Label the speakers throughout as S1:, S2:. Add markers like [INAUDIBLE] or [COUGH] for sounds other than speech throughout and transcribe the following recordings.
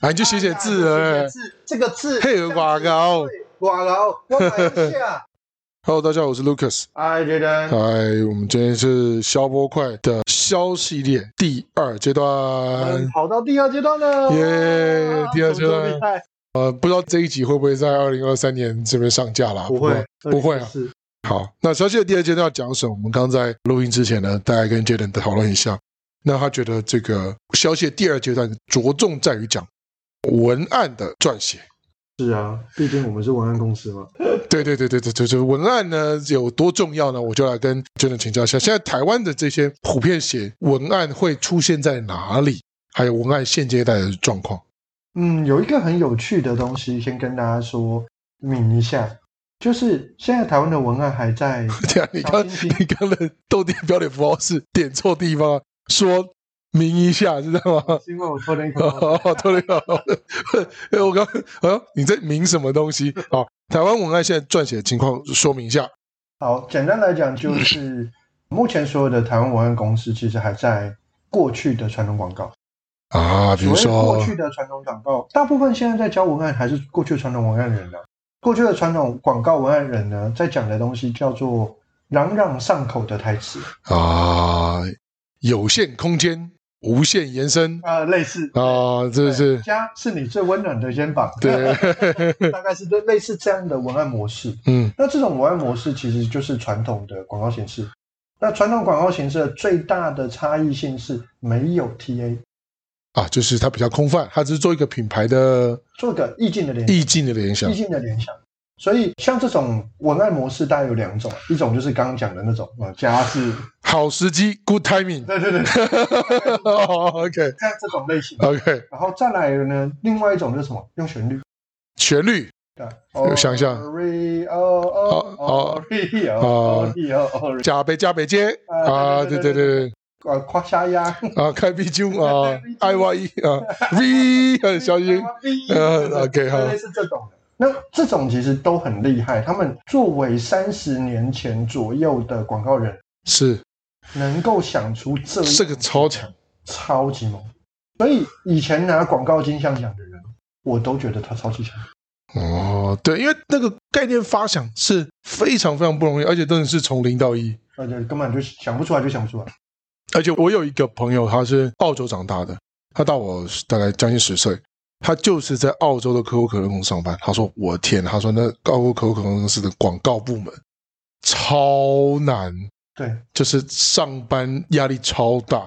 S1: 啊，你就写写字而已。
S2: 字这个字
S1: 配合广告
S2: 对广告，我买一下。
S1: Hello，大家好，我是 Lucas。
S2: [LAUGHS] 哎，觉
S1: 嗨
S2: 得，
S1: 我们今天是消波快的消系列第二阶段。
S2: 嗯，跑到第二阶段了，
S1: 耶第二阶段
S2: 怎么这么厉害
S1: 呃，不知道这一集会不会在二零二三年这边上架啦？
S2: 不会，
S1: 不会啊。
S2: 是
S1: 好，那消息的第二阶段要讲什么？我们刚在录音之前呢，大概跟 Jaden 讨论一下。那他觉得这个消息的第二阶段着重在于讲文案的撰写。
S2: 是啊，毕竟我们是文案公司嘛。
S1: 对对对对对，就是文案呢有多重要呢？我就来跟 Jaden 请教一下，现在台湾的这些普遍写文案会出现在哪里？还有文案现阶段的状况？ [LAUGHS]
S2: 嗯，有一个很有趣的东西，先跟大家说明一下，就是现在台湾的文案还 [LAUGHS] 在
S1: 对啊，你刚
S2: 小清新
S1: 你刚的逗点标点符号是点错地方了，啊说明一下，知道吗？
S2: 是因为我抽了一
S1: [LAUGHS]
S2: 口口
S1: 哦，脱离了。因为我刚，哦，你在明什么东西？好，台湾文案现在撰写的情况说明一下。
S2: 好，简单来讲 [LAUGHS] 就是，目前所有的台湾文案公司其实还在过去的传统广告。
S1: 啊，比
S2: 所
S1: 如
S2: 谓
S1: 说
S2: 过，去的传统广告，大部分现在在教文案还是过去的传统文案人呢、过去的传统广告文案人呢，在讲的东西叫做朗朗上口的台词，
S1: 啊，有限空间，无限延伸
S2: 呃，类似，
S1: 啊，这是
S2: 家是你最温暖的肩膀，
S1: 对， [LAUGHS]
S2: 大概是类类似这样的文案模式。
S1: 嗯
S2: 那这种文案模式其实就是传统的广告形式。那传统广告形式的最大的差异性是没有 TA，
S1: 啊，就是它比较空泛，它只是做一个品牌的
S2: 做个意境的联想。
S1: 意境的联想
S2: 意境的联想。所以像这种文案模式，大概有两种，一种就是刚刚讲的那种，呃，家是，
S1: 好时机，good timing。 [LAUGHS] 哦
S2: 对对对，像
S1: OK
S2: 这种类型。
S1: OK，
S2: 然后再来呢，另外一种就是什么，用旋律。
S1: 旋律
S2: 对，
S1: 我想一下
S2: ，re 哦哦
S1: 哦
S2: 哦，re 哦，re 哦，re
S1: 加倍加倍接啊，
S2: 啊
S1: 对对
S2: 对对对
S1: 对对。
S2: 呃，夸下呀，
S1: 啊，开 B 九啊
S2: 开
S1: ，I Y E 啊，V 很小心呃
S2: 对对
S1: OK，好
S2: 类似这种的。那这种其实都很厉害，他们作为三十年前左右的广告人，
S1: 是
S2: 能够想出这样
S1: 这个超强，
S2: 超级猛。所以以前拿广告金像奖的人，我都觉得他超级强。
S1: 哦，对，因为那个概念发想是非常非常不容易，而且真的是从零到一。
S2: 而且根本呃就想不出来，就想不出来。
S1: 而且我有一个朋友，他是澳洲长大的，他大我大概将近十岁，他就是在澳洲的可口可乐公司上班。他说：“我天！”他说：“那澳洲可口可乐公司的广告部门超难，
S2: 对，
S1: 就是上班压力超大，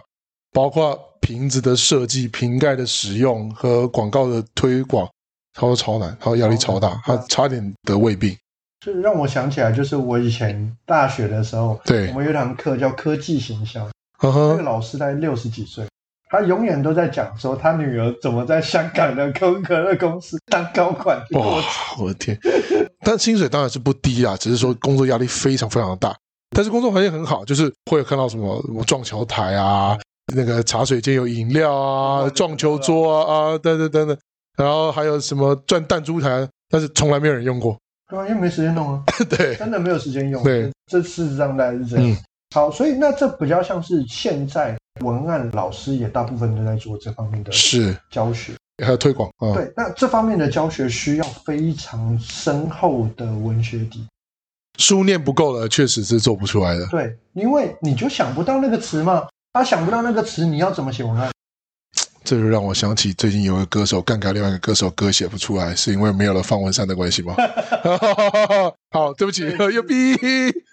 S1: 包括瓶子的设计、瓶盖的使用和广告的推广，他说超难，他说压力超大，
S2: 超
S1: 他
S2: 难
S1: 差点得胃病。
S2: 这让我想起来，就是我以前大学的时候，
S1: 对
S2: 我们有一堂课叫科技行销，
S1: 呵
S2: 那个
S1: 呵，
S2: 老师大概六十几岁，他永远都在讲说他女儿怎么在香港的可口可乐公司当高管的过
S1: 哇
S2: 程。，
S1: 我的天！但薪水当然是不低啦，只是说工作压力非常非常大。但是工作环境很好，就是会有看到什么撞球台啊，那个茶水间有饮料啊，撞球桌啊，啊，等等等等，然后还有什么转弹珠台，啊但是从来没有人用过。 [LAUGHS]
S2: 对啊，因为没时间弄啊，
S1: 对，
S2: 真的没有时间用。
S1: 对，
S2: 这事实上大概是这样。
S1: 嗯
S2: 好，所以那这比较像是现在文案老师也大部分都在做这方面的
S1: 是。
S2: 教学。
S1: 还有推广啊，
S2: 对，那这方面的教学需要非常深厚的文学底。
S1: 书念不够了，确实是做不出来的。
S2: 对，因为你就想不到那个词嘛，啊，想不到那个词，你要怎么写文案？
S1: 这就让我想起最近有一个歌手干掉另外一个歌手，歌写不出来，是因为没有了方文山的关系吗？ [LAUGHS] 好，对不起，
S2: 对
S1: 又逼。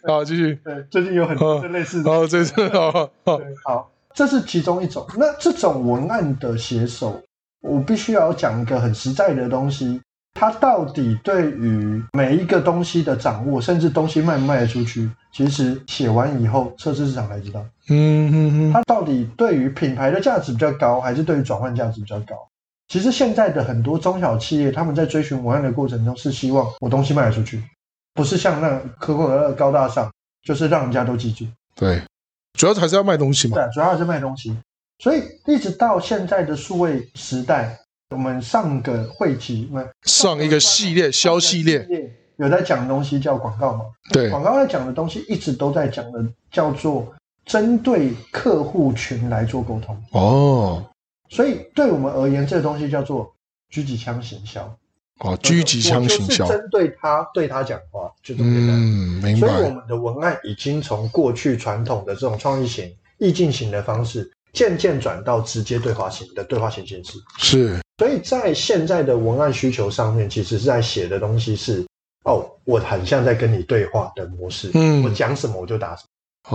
S1: 好，继续。
S2: 对，最近有很
S1: 多
S2: 多
S1: 这
S2: 类似的。
S1: 哦，这是哦，哦
S2: 对，好，这是其中一种。那这种文案的写手，我必须要讲一个很实在的东西，他到底对于每一个东西的掌握，甚至东西卖不卖得出去，其实写完以后测试市场才知道，
S1: 嗯嗯嗯，
S2: 他到底对于品牌的价值比较高，还是对于转换价值比较高。其实现在的很多中小企业，他们在追寻文案的过程中，是希望我东西卖得出去，不是像那可口可乐高大上，就是让人家都记住。
S1: 对，主要还是要卖东西嘛。
S2: 对，主要还是卖东西。所以一直到现在的数位时代，我们上个会期，我们
S1: 上一个系列，销系列，
S2: 有在讲东西叫广告嘛？
S1: 对，
S2: 广告在讲的东西一直都在讲的叫做针对客户群来做沟通。
S1: 哦，
S2: 所以对我们而言，这个东西叫做狙击枪行销，
S1: 哦，狙击枪行销
S2: 我就，是针对他对他讲话，就这么简单。
S1: 嗯，明
S2: 所以我
S1: 白，
S2: 们的文案已经从过去传统的这种创意型、意境型的方式，渐渐转到直接对话型的对话型形式。
S1: 是
S2: 所以在现在的文案需求上面，其实是在写的东西是哦，我很像在跟你对话的模式，
S1: 嗯
S2: 我讲什么我就答什么。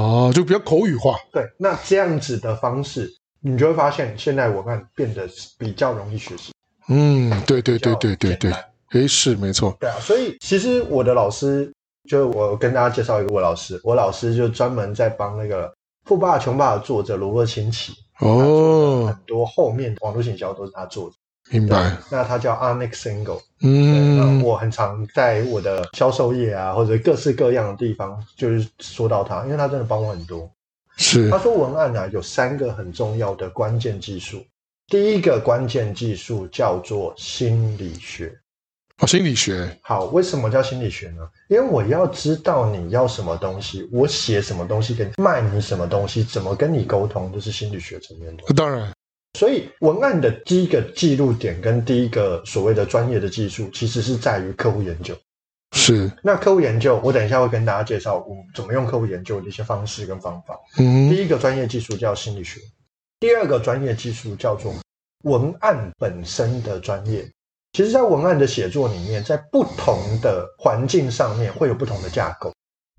S1: 哦，就比较口语化，
S2: 对，那这样子的方式，你就会发现现在文案变得比较容易学习。
S1: 嗯，对对对对对
S2: 比较
S1: 对
S2: 简，单
S1: 诶，是没错，
S2: 对啊，所以其实我的老师，就我跟大家介绍一个我老师，我老师就专门在帮那个《富爸爸穷爸爸》的作者罗伯清崎，
S1: 哦，
S2: 很多后面网络行销都是他做的。
S1: 明白，
S2: 那他叫 Onyx Single，嗯，
S1: 嗯
S2: 那，我很常在我的销售业啊，或者各式各样的地方，就是说到他，因为他真的帮我很多。
S1: 是
S2: 他，说文案啊有三个很重要的关键技术，第一个关键技术叫做心理学。
S1: 哦，心理学，
S2: 好，为什么叫心理学呢？因为我要知道你要什么东西，我写什么东西给你，卖你什么东西，怎么跟你沟通，这是心理学层面的。
S1: 当然，
S2: 所以文案的第一个记录点跟第一个所谓的专业的技术，其实是在于客户研究。
S1: 是，
S2: 那客户研究，我等一下会跟大家介绍我们怎么用客户研究的一些方式跟方法。第
S1: 嗯，
S2: 一个专业技术叫心理学，第二个专业技术叫做文案本身的专业。其实，在文案的写作里面，在不同的环境上面会有不同的架构，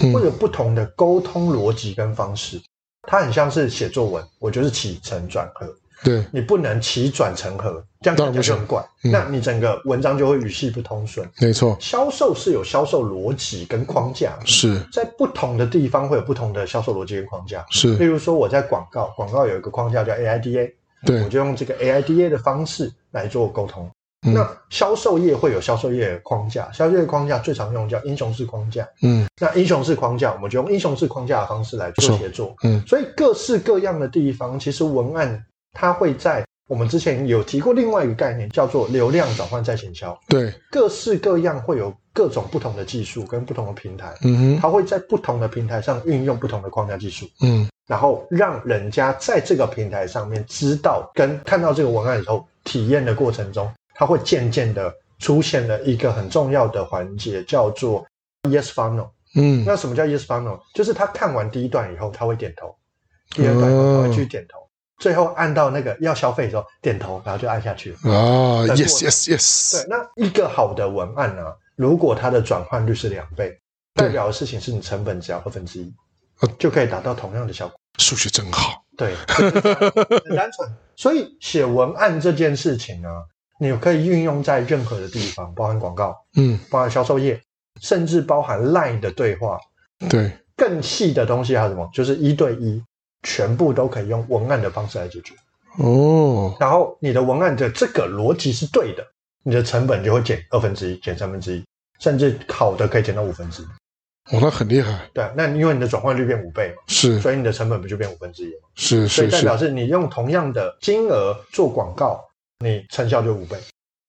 S1: 嗯
S2: 会有不同的沟通逻辑跟方式。它很像是写作文，我就是起承转合。
S1: 对，
S2: 你不能起转成合，这样
S1: 当然不
S2: 感
S1: 行
S2: 觉就很怪。
S1: 嗯
S2: 那你整个文章就会语气不通顺。
S1: 没错，
S2: 销售是有销售逻辑跟框架，
S1: 是
S2: 在不同的地方会有不同的销售逻辑跟框架。例
S1: 是，
S2: 如说，我在广告，广告有一个框架叫 AIDA，我
S1: 对，
S2: 就用这个 AIDA 的方式来做沟通。
S1: 嗯
S2: 那销售业会有销售业的框架，销售业框架最常用叫英雄式框架。
S1: 嗯
S2: 那英雄式框架，我们就用英雄式框架的方式来做协作。
S1: 嗯，
S2: 所以各式各样的地方，其实文案它会在我们之前有提过另外一个概念，叫做流量转换再行销。
S1: 对，
S2: 各式各样会有各种不同的技术跟不同的平台，
S1: 嗯哼，
S2: 它会在不同的平台上运用不同的框架技术，
S1: 嗯，
S2: 然后让人家在这个平台上面知道跟看到这个文案以后体验的过程中，它会渐渐的出现了一个很重要的环节，叫做 yes funnel。
S1: 嗯，
S2: 那什么叫 yes funnel？就是他看完第一段以后，他会点头，第二段以后他会去点头，
S1: 嗯
S2: 最后按到那个要消费的时候点头，然后就按下去了。
S1: 啊
S2: 在
S1: ，yes
S2: 做
S1: yes
S2: 对
S1: yes，，
S2: 那一个好的文案呢、如果它的转换率是两倍，
S1: 对
S2: 代表的事情是你成本只要二分之一
S1: 呃，
S2: 就可以达到同样的效果。
S1: 数学真好，
S2: 对，很单纯。所以写文案这件事情呢、你可以运用在任何的地方，包含广告，
S1: 嗯，
S2: 包含销售业，甚至包含 LINE 的对话，
S1: 对，
S2: 更细的东西还有什么？就是一对一，全部都可以用文案的方式来解决。
S1: 哦，
S2: 然后你的文案的这个逻辑是对的，你的成本就会减二分之一，减三分之一，甚至好的可以减到五分之一。
S1: 哇，哦那很厉害，
S2: 对啊，那因为你的转换率变五倍嘛，
S1: 是
S2: 所以你的成本不就变五分之一嘛？
S1: 是
S2: 所以
S1: 是
S2: 代
S1: 是，
S2: 表是你用同样的金额做广告，你成效就五倍。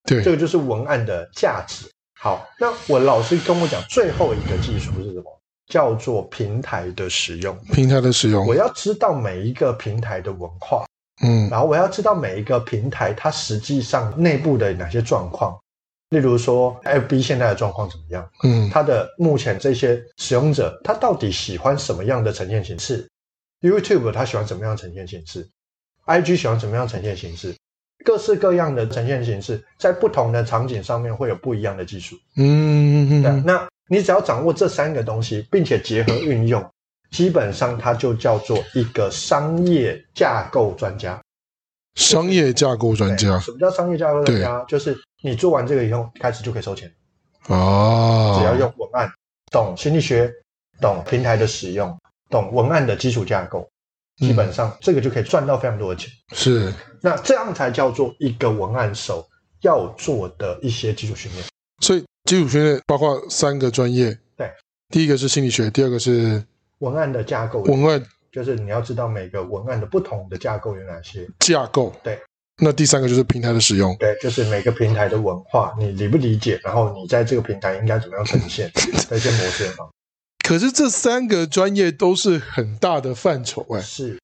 S1: 对
S2: 这，个就是文案的价值。好，那我老师跟我讲，最后一个技术是什么？叫做平台的使用。
S1: 平台的使用
S2: 我，要知道每一个平台的文化，
S1: 嗯
S2: 然后我要知道每一个平台它实际上内部的哪些状况，例如说 FB 现在的状况怎么样，
S1: 嗯，
S2: 它的目前这些使用者他到底喜欢什么样的呈现形式，YouTube 他喜欢怎么样的呈现形式，IG 喜欢怎么样的呈现形式，各式各样的呈现形式，在不同的场景上面会有不一样的技术。
S1: 嗯嗯
S2: 对啊
S1: 嗯，
S2: 那你只要掌握这三个东西，并且结合运用，基本上它就叫做一个商业架构专家。
S1: 商业架构专
S2: 对
S1: 家
S2: 什么叫商业架构专家？就是你做完这个以后，开始就可以收钱，
S1: 啊，
S2: 只要用文案，懂心理学，懂平台的使用，懂文案的基础架构，
S1: 嗯
S2: 基本上这个就可以赚到非常多的钱。
S1: 是
S2: 那这样才叫做一个文案手要做的一些基础训练。
S1: 所以基础训练包括三个专业，
S2: 对，
S1: 第一个是心理学，第二个是
S2: 文案的架构，
S1: 文案
S2: 就是你要知道每个文案的不同的架构有哪些。
S1: 架构，
S2: 对，
S1: 那第三个就是平台的使用，
S2: 对，就是每个平台的文化，你理不理解，然后你在这个平台应该怎么样呈
S1: [LAUGHS]
S2: 现的一些模式的方
S1: 可是这三个专业都是很大的范畴哎、
S2: 式。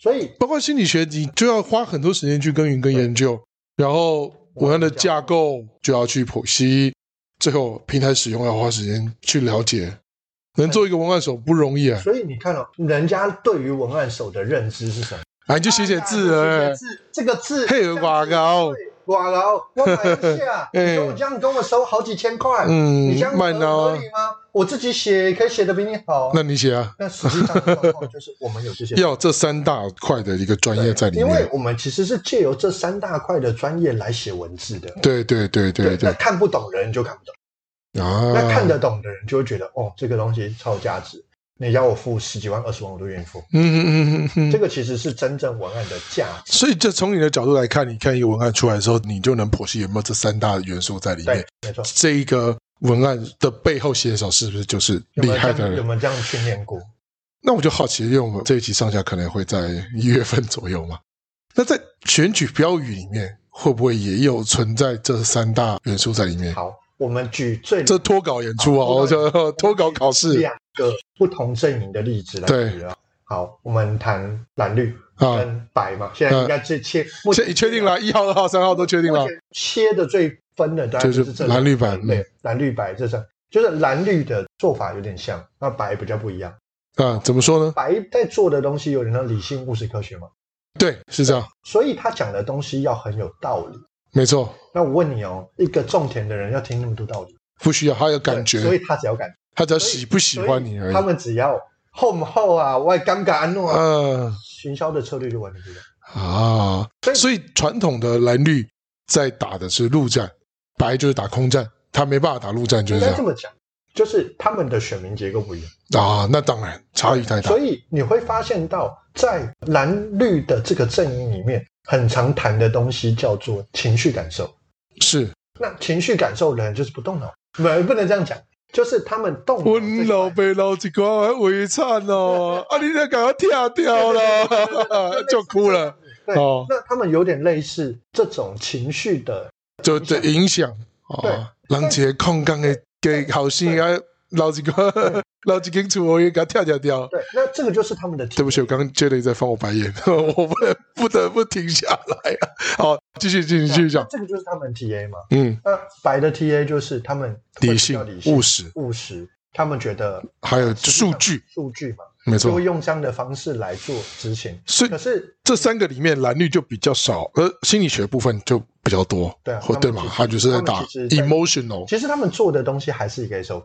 S2: 所以
S1: 包括心理学，你就要花很多时间去耕耘跟研究，然后文案的架构就要去剖析，最后平台使用要花时间去了解。能做一个文案手不容易啊！
S2: 所以你看哦，人家对于文案手的认知是什么？
S1: 啊，你就写写字
S2: 哎
S1: 哎
S2: 呀，这个字这个字
S1: 配合广告，
S2: 广告，我买一下，
S1: 哎
S2: 你跟我这样跟我收好几千块，
S1: 嗯
S2: 你这样
S1: 卖
S2: 合
S1: 脑啊
S2: 合理吗？我自己写也可以写的比你好啊。
S1: 那你写啊，
S2: 那实际上的状况就是我们有这些
S1: [LAUGHS] 要有这三大块的一个专业在里
S2: 因为
S1: 面。
S2: 我们其实是借由这三大块的专业来写文字的。
S1: 对对对对对
S2: 那看不懂的人就看不懂，
S1: 啊！
S2: 那看得懂的人就会觉得，哦，这个东西超有价值，你要我付十几万、二十万，我都愿意付。
S1: 嗯嗯嗯嗯
S2: 这
S1: 嗯。
S2: 个其实是真正文案的价值。
S1: 所以，这从你的角度来看，你看一个文案出来的时候，你就能剖析有没有这三大元素在里
S2: 对
S1: 面。，
S2: 没错。
S1: 这一个文案的背后写手是不是就是
S2: 有
S1: 厉
S2: 没有
S1: 害
S2: 这
S1: 的
S2: 样有
S1: 人？
S2: 没有这样训练过？
S1: 那我就好奇，因为我们这一期上下可能会在一月份左右嘛。那在选举标语里面，会不会也有存在这三大元素在里面？
S2: 好，我们举最
S1: 这脱稿演出啊，
S2: 好
S1: 我
S2: 脱
S1: 叫脱稿考试
S2: 两个不同阵营的例子来
S1: 对
S2: 举啊。好，我们谈蓝绿
S1: 啊。
S2: 跟白嘛，现在应该最切，目
S1: 现
S2: 前
S1: 在确定
S2: 啊
S1: 了，一号、二号、三号都确定了
S2: 目。前切的最分的当
S1: 就
S2: 然
S1: 是
S2: 是这
S1: 蓝绿白嗯
S2: 两个对，蓝绿白这三，就是蓝绿的做法有点像，那白比较不一样。
S1: 啊，怎么说呢？
S2: 白在做的东西有点像理性务实科学嘛，
S1: 对，是这样，
S2: 所以他讲的东西要很有道理。
S1: 没错，
S2: 那我问你哦，一个种田的人要听那么多道理，
S1: 不需要他有感
S2: 对所以
S1: 觉，
S2: 他只要感觉。
S1: 他只要喜不喜欢你而
S2: 他
S1: 已。
S2: 们只要厚不厚啊，我也尴尬安诺啊，
S1: 嗯
S2: 行销的策略就完全不一样。
S1: 啊，
S2: 所以
S1: 所以传统的蓝绿在打的是陆战，白就是打空战，他没办法打陆战，就
S2: 应
S1: 是这
S2: 该这
S1: 样
S2: 么讲，就是他们的选民结构不一样，
S1: 啊。那当然差异太大
S2: 所以你会发现到在蓝绿的这个阵营里面，很常谈的东西叫做情绪感受。
S1: 是。
S2: 那情绪感受的人就是不动脑，不不能这样讲，就是他们动脑
S1: 阮
S2: 这
S1: 老
S2: 块。
S1: 爸老一个还围惨哦，啊，你这给他跳掉了， [LAUGHS] 就哭了
S2: 对，
S1: 哦，
S2: 那他们有点类似这种情绪的，
S1: 就的影响
S2: 对
S1: 哦。人一个空间的给后生啊，老一个 [LAUGHS] 老一间厝，我也给他跳跳掉。
S2: 对，那这个就是他们的体验。
S1: 对不起，我刚刚 Jelly 在翻我白眼， [LAUGHS] 我不能不得不停下来啊。好，继续继续继续
S2: 那
S1: 讲，
S2: 这个就是他们 TA 嘛。
S1: 嗯，
S2: 那白的 TA 就是他们啊会
S1: 理
S2: 比较
S1: 性
S2: 理性
S1: 务实，
S2: 务实，他们觉得
S1: 还有数据，
S2: 数据嘛，
S1: 没
S2: 就
S1: 错
S2: 会。用这样的方式来做执行。
S1: 所以
S2: 可是
S1: 这三个里面蓝绿就比较少，而心理学部分就比较多，
S2: 对啊
S1: 或对嘛？他
S2: 他们
S1: 就
S2: 其实
S1: 是在打
S2: 他们其实在
S1: emotional，呃
S2: 其实他们做的东西还是一个 SOP，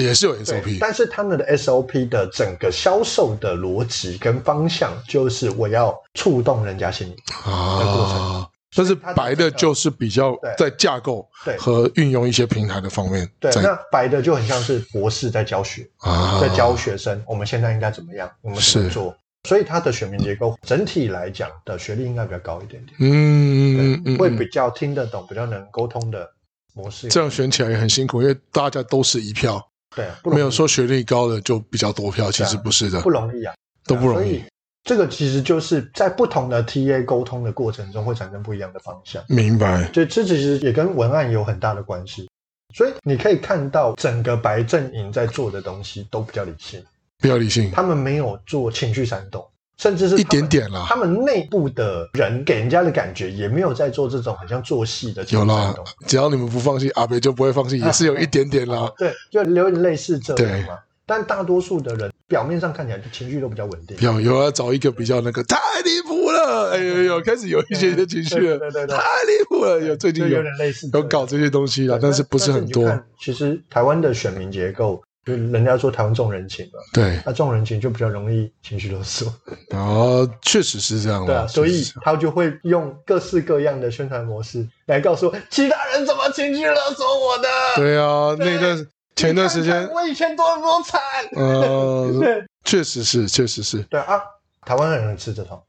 S1: 也是有
S2: 对
S1: SOP，
S2: 但是他们的 SOP 的整个销售的逻辑跟方向就是我要触动人家心里，的过
S1: 啊
S2: 程。
S1: 但是
S2: 所以它
S1: 白的就是比较
S2: 对
S1: 在架构
S2: 对
S1: 和运用一些平台的方面
S2: 对，
S1: 在
S2: 那白的就很像是博士在教学，
S1: 啊
S2: 在教学生，我们现在应该怎么样，我们怎么
S1: 是
S2: 做。所以他的选民结构整体来讲的学历应该比较高一点点，
S1: 嗯嗯
S2: 对
S1: 嗯，
S2: 会
S1: 嗯
S2: 比较听得懂、比较能沟通的模式。
S1: 这样选起来也很辛苦，因为大家都是一票，
S2: 对啊，不容易
S1: 没有说学历高的就比较多票，其实不是的
S2: 不，容易啊，
S1: 都不容
S2: 所
S1: 易
S2: 以。这个其实就是在不同的 TA 沟通的过程中会产生不一样的方向，
S1: 明白，
S2: 就这其实也跟文案有很大的关系。所以你可以看到，整个白阵营在做的东西都比较理性，
S1: 比较理性，
S2: 他们没有做情绪煽动，甚至是
S1: 一
S2: 他们
S1: 点，啊点
S2: 他
S1: 啦，
S2: 们内部的人给人家的感觉也没有在做这种很像做戏的情
S1: 有
S2: 绪
S1: 啦
S2: 煽动，，
S1: 只要你们不放弃，阿北就不会
S2: [LAUGHS]
S1: 放弃，也是有一点点啦。
S2: 对，就有点类似这
S1: 对
S2: 样嘛。但大多数的人表面上看起来情绪都比较稳定，
S1: 有有要找一个比较那个太离谱了，哎呦
S2: [LAUGHS]
S1: 呦，开始有一些些情绪了，
S2: 对对对对对
S1: 太离谱了，有最近
S2: 就
S1: 有
S2: 有点类似这
S1: 有
S2: 样
S1: 搞这些东西了，啊但是不是很多
S2: 但是你，看其实台湾的选民结构，就是人家说台湾重人情嘛，
S1: 对，
S2: 那重人情就比较容易情绪勒索，
S1: 然后确实是这样
S2: 对啊，
S1: 啦，
S2: 所
S1: 确
S2: 以
S1: 实是
S2: 他就会用各式各样的宣传模式来告诉其他人怎么情绪勒索我的。
S1: 对啊，那段前段时
S2: 你看
S1: 间
S2: 看，我以前多么惨，
S1: 呃，
S2: [LAUGHS] 对
S1: 确实是，确实是，
S2: 对啊，台湾人很吃这套，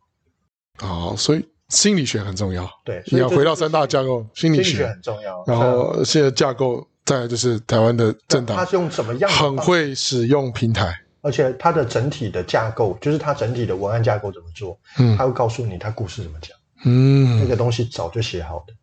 S1: 好，所以心理学很重要。
S2: 对，
S1: 你
S2: 所以
S1: 要
S2: 这
S1: 回到
S2: 就是
S1: 三大架构，心
S2: 心
S1: 理
S2: 理
S1: 学
S2: 学，很重要，嗯
S1: 然后现在架构，再来就是台湾的政
S2: 他
S1: 党
S2: 是用什么样的
S1: 很
S2: 方
S1: 会使用平台，
S2: 而且它的整体的架构，就是它整体的文案架构怎么做，
S1: 嗯
S2: 它会告诉你它故事怎么讲，那
S1: 嗯，
S2: 个东西早就写好的，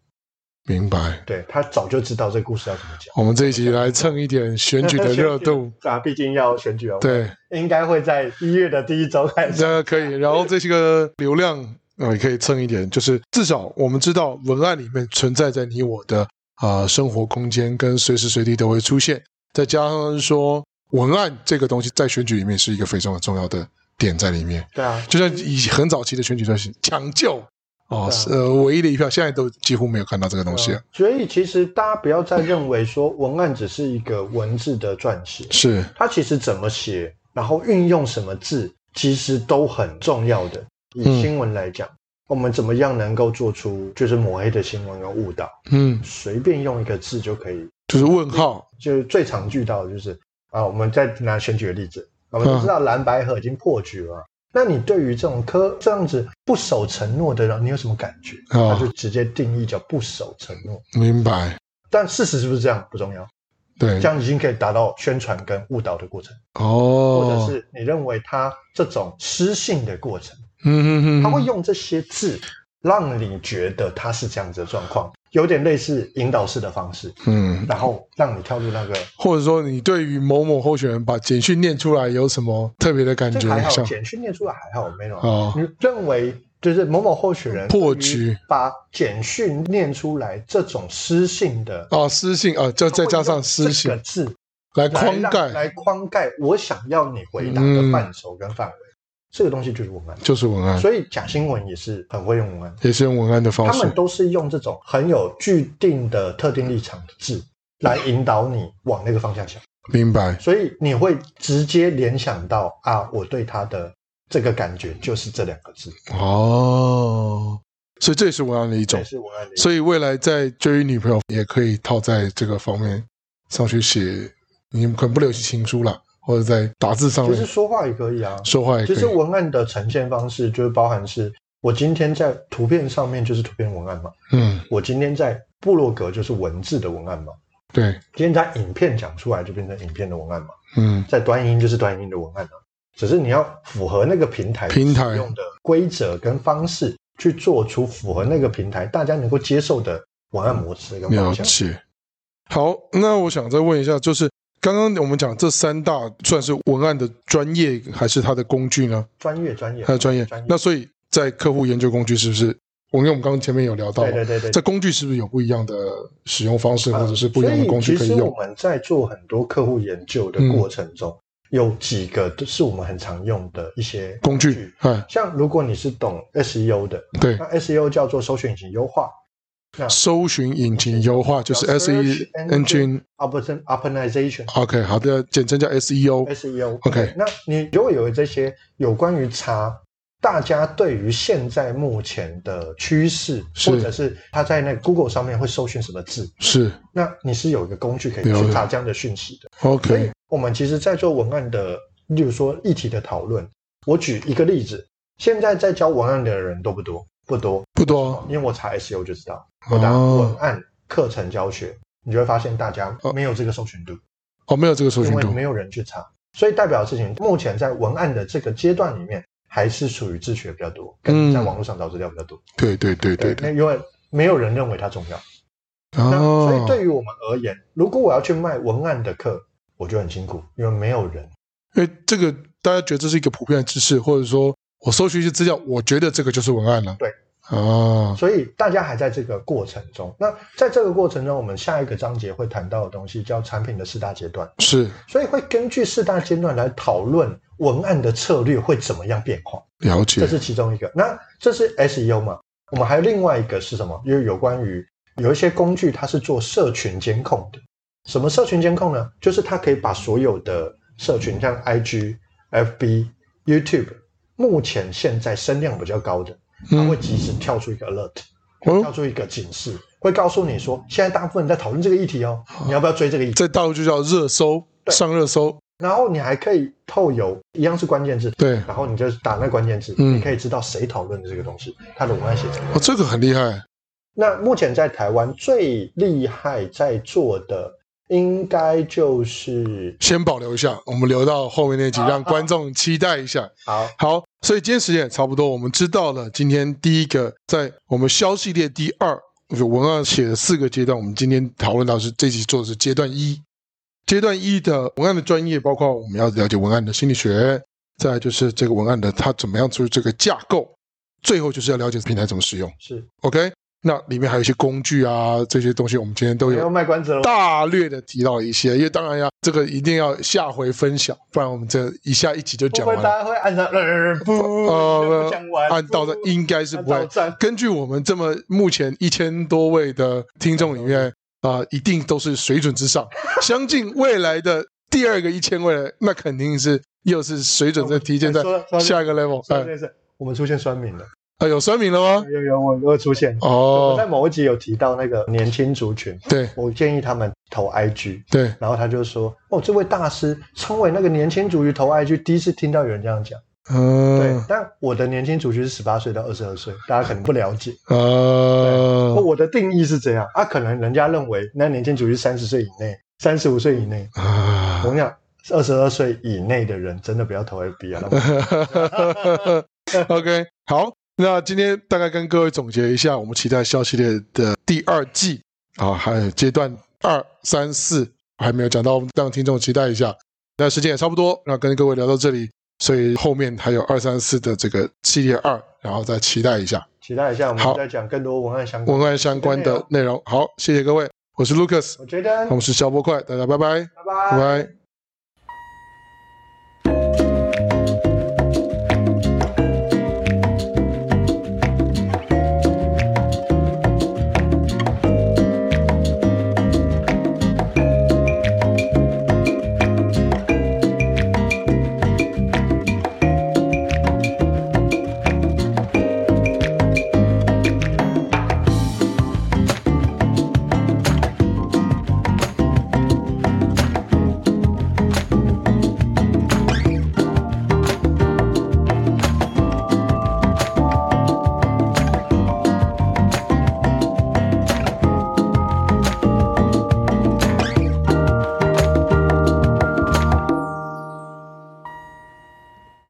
S1: 明白。
S2: 对他早就知道这个故事要怎么讲。，
S1: 我们这一集来蹭一点选举的热度
S2: [LAUGHS] 啊，毕竟要选举了，，
S1: 对，
S2: 应该会在一月的第一周开始。
S1: 这可以。然后这些个流量呃，也可以蹭一点，就是至少我们知道文案里面存在在你我的啊、呃生活空间，跟随时随地都会出现。再加上是说，文案这个东西在选举里面是一个非常重要的点在里面。
S2: 对啊，
S1: 就像以很早期的选举在抢救哦，
S2: 对啊
S1: 是呃，唯一的一票，现在都几乎没有看到这个东西了。
S2: 嗯所以其实大家不要再认为说文案只是一个文字的撰写，
S1: 是
S2: 它其实怎么写，然后运用什么字，其实都很重要的。以
S1: 嗯
S2: 新闻来讲，我们怎么样能够做出就是抹黑的新闻跟误导？
S1: 嗯，
S2: 随便用一个字就可以，
S1: 就是问号，
S2: 就是最常遇到的就是啊，我们再拿选举的例子，我们都
S1: 嗯
S2: 知道蓝白河已经破局了。那你对于这种科这样子不守承诺的人，你有什么感觉？
S1: 哦
S2: 他就直接定义叫不守承诺。
S1: 明白？
S2: 但事实是不是这样不重要，
S1: 对
S2: 这，样已经可以达到宣传跟误导的过程，或者
S1: 哦，
S2: 是你认为他这种失信的过程，
S1: 嗯嗯嗯，
S2: 他会用这些字让你觉得他是这样子的状况，有点类似引导式的方式，
S1: 嗯，
S2: 然后让你跳入那个
S1: 或者说你对于某某候选人把简讯念出来有什么特别的感
S2: 这
S1: 觉
S2: 个还？好，
S1: 像
S2: 简讯念出来还好，没有啊。
S1: 哦，
S2: 你认为就是某某候选人
S1: 破
S2: 对于
S1: 局
S2: 把简讯念出来这种失信的，
S1: 哦，私信啊，就再加上私信
S2: 这个字
S1: 来
S2: 来
S1: 框
S2: 让
S1: 盖，嗯
S2: 来框盖我想要你回答的范畴跟范围，这个东西就是文案。
S1: 就是文案，
S2: 所以假新闻也是很会用文案，
S1: 也是用文案的方
S2: 他
S1: 式
S2: 们。都是用这种很有具定的特定立场的字来引导你往那个方向想。
S1: 明白？
S2: 所以你会直接联想到啊，我对他的这个感觉就是这两个字，
S1: 哦，所以这也是文案的一
S2: 这
S1: 种
S2: 也。是文案的一种。
S1: 所以未来在追女朋友也可以套在这个方面上去写，你们可能不留起情书啦，或者在打字上
S2: 其实
S1: 面
S2: 说话也可以啊，
S1: 说话也可
S2: 其实
S1: 以。
S2: 文案的呈现方式就是包含是，我今天在图片上面就是图片文案嘛，
S1: 嗯，
S2: 我今天在部落格就是文字的文案嘛，
S1: 对，
S2: 今天在影片讲出来就变成影片的文案嘛，
S1: 嗯，
S2: 在端音就是端音的文案啊，只是你要符合那个平台
S1: 平台
S2: 使用的规则跟方式，去做出符合那个平台大家能够接受的文案模式跟
S1: 了
S2: 方向。
S1: 解。好，那我想再问一下，就是刚刚我们讲这三大算是文案的专业，还是它的工具呢？
S2: 专业专业
S1: 它，的专业
S2: 专业。
S1: 那所以在客户研究工具是不是？我因为我们刚刚前面有聊到嘛
S2: 对，对对对，
S1: 这工具是不是有不一样的使用方式，或者是不一样的工具可
S2: 所
S1: 以
S2: 其实
S1: 用嗯
S2: 我？们在做很多客户研究的过程中，有几个都是我们很常用的一些
S1: 工具，，哎，
S2: 像如果你是懂 SEO 的，
S1: 对，
S2: 那 SEO 叫做搜寻引擎优化
S1: 搜寻引擎优化就是
S2: 啊叫
S1: S E
S2: Search
S1: Engine。
S2: ，Open Optimization。 [LAUGHS]
S1: OK，好的，简称叫 SEO。
S2: SEO。
S1: OK
S2: 那你如果有这些有关于查大家对于现在目前的趋势，
S1: 是
S2: 或者是他在那个 Google 上面会搜寻什么字，
S1: 是
S2: 那你是有一个工具可以
S1: 了解
S2: 去查这样的讯息的。所以
S1: OK，
S2: 我们其实，在做文案的，例如说议题的讨论，我举一个例子，现在在教文案的人多不多？不多，
S1: 不多
S2: 因为我查 SEO 就知道，我打文
S1: 哦
S2: 案课程教学，你就会发现大家没有这个搜寻度。
S1: 哦，没有这个搜寻
S2: 因为
S1: 度
S2: 没有人去查，所以代表的事情目前在文案的这个阶段里面，还是属于自学比较多，跟
S1: 嗯
S2: 在网络上找资料比较多。
S1: 对对对对对。哦
S2: 那因为没有人认为它重要，那所以对于我们而言，如果我要去卖文案的课，我就很辛苦，因为没有人。
S1: 因为这个大家觉得这是一个普遍的知识，或者说我搜寻一些资料，我觉得这个就是文案了。
S2: 对，
S1: 啊，
S2: 所以大家还在这个过程中。那在这个过程中，我们下一个章节会谈到的东西叫产品的四大阶段，
S1: 是
S2: 所以会根据四大阶段来讨论文案的策略会怎么样变化。
S1: 了解
S2: 这是其中一个。那这是 SEO 嘛？我们还有另外一个是什么？因为有关于有一些工具，它是做社群监控的。什么社群监控呢？就是它可以把所有的社群，像 IG、FB、YouTube，目前现在声量比较高的，它会及时跳出一个 alert，、跳
S1: 哦，
S2: 出一个警示，会告诉你说，现在大部分人在讨论这个议题哦，你要不要追这个议题？
S1: 在大陆就叫热搜，
S2: 对
S1: 上热搜，
S2: 然后你还可以透由一样是关键字，
S1: 对，
S2: 然后你就打那关键字，
S1: 嗯
S2: 你可以知道谁讨论的这个东西，它的文案写怎么样
S1: 哦，。这个很厉害，
S2: 那目前在台湾最厉害在做的，应该就是
S1: 先保留一下，我们留到后面那集，
S2: 啊好
S1: 让观众期待一下。
S2: 好，
S1: 好，所以今天时间也差不多，我们知道了今天第一个在我们销系列第二有文案写的四个阶段，我们今天讨论到是这集做的是阶段一。阶段一的文案的专业包括我们要了解文案的心理学，再来就是这个文案的它怎么样出这个架构，最后就是要了解平台怎么使用。
S2: 是
S1: OK，那里面还有一些工具啊，这些东西我们今天都
S2: 没有
S1: 有
S2: 卖关子了。
S1: 大略的提到了一些，因为当然呀，这个一定要下回分享，不然我们这一下一集就
S2: 会
S1: 讲
S2: 不会
S1: 完
S2: 大
S1: 了。
S2: 家会按照呃不
S1: 呃
S2: 不讲完，
S1: 按道的
S2: 不
S1: 应该是不
S2: 按
S1: 会
S2: 道站。
S1: 根据我们这么目前一千多位的听众里面啊、一定都是水准之
S2: [LAUGHS]
S1: 上。相信未来的第二个一千位了，那肯定是又是水准在提前在
S2: 哎说了说了
S1: 下一个 level。
S2: 说到
S1: 哎
S2: 这，件事，我们出现酸民了，
S1: 啊，有声明了吗？
S2: 有有我我出现。我在
S1: 哦，
S2: 某一集有提到那个年轻族群，
S1: 对
S2: 我建议他们投 IG，
S1: 对，
S2: 然后他就说：“哦，这位大师称为那个年轻族群投 IG，第一次听到有人这样讲。”对
S1: 嗯，，
S2: 但我的年轻族群是十八岁到二十二岁，大家可能不了解。哦
S1: 呃，
S2: 我的定义是这样啊，可能人家认为那年轻族群三十岁以内、三十五岁以内，我
S1: 啊，
S2: 跟你讲，二十二岁以内的人真的不要投
S1: [LAUGHS]
S2: FB 啊。那么
S1: OK，好，那今天大概跟各位总结一下，我们期待消系列的第二季啊，还有阶段二、三、四还没有讲到，我们让听众期待一下。那时间也差不多，那跟各位聊到这里，所以后面还有二、三、四的这个系列二，然后再期待一下
S2: 期待一下，我
S1: 好
S2: 们再讲更多文案相关。
S1: 文案相关的内容。好，谢谢各位，我是 Lucas，
S2: 我觉得，
S1: 我们是小波快，大家拜拜，
S2: 拜
S1: 拜拜。